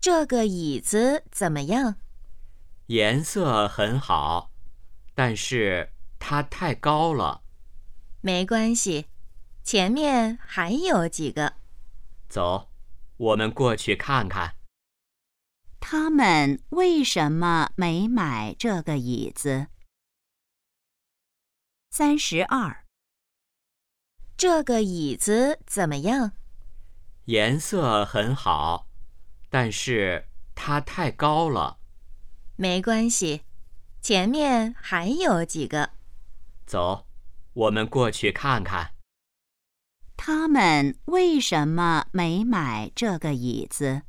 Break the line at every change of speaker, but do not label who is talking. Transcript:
这个椅子怎么样？
颜色很好，但是它太高了，
没关系，前面还有几个。
走，我们过去看看。
他们为什么没买这个椅子？三十二，
这个椅子怎么样？
颜色很好，但是它太高了，
没关系，前面还有几个。
走，我们过去看看。
他们为什么没买这个椅子？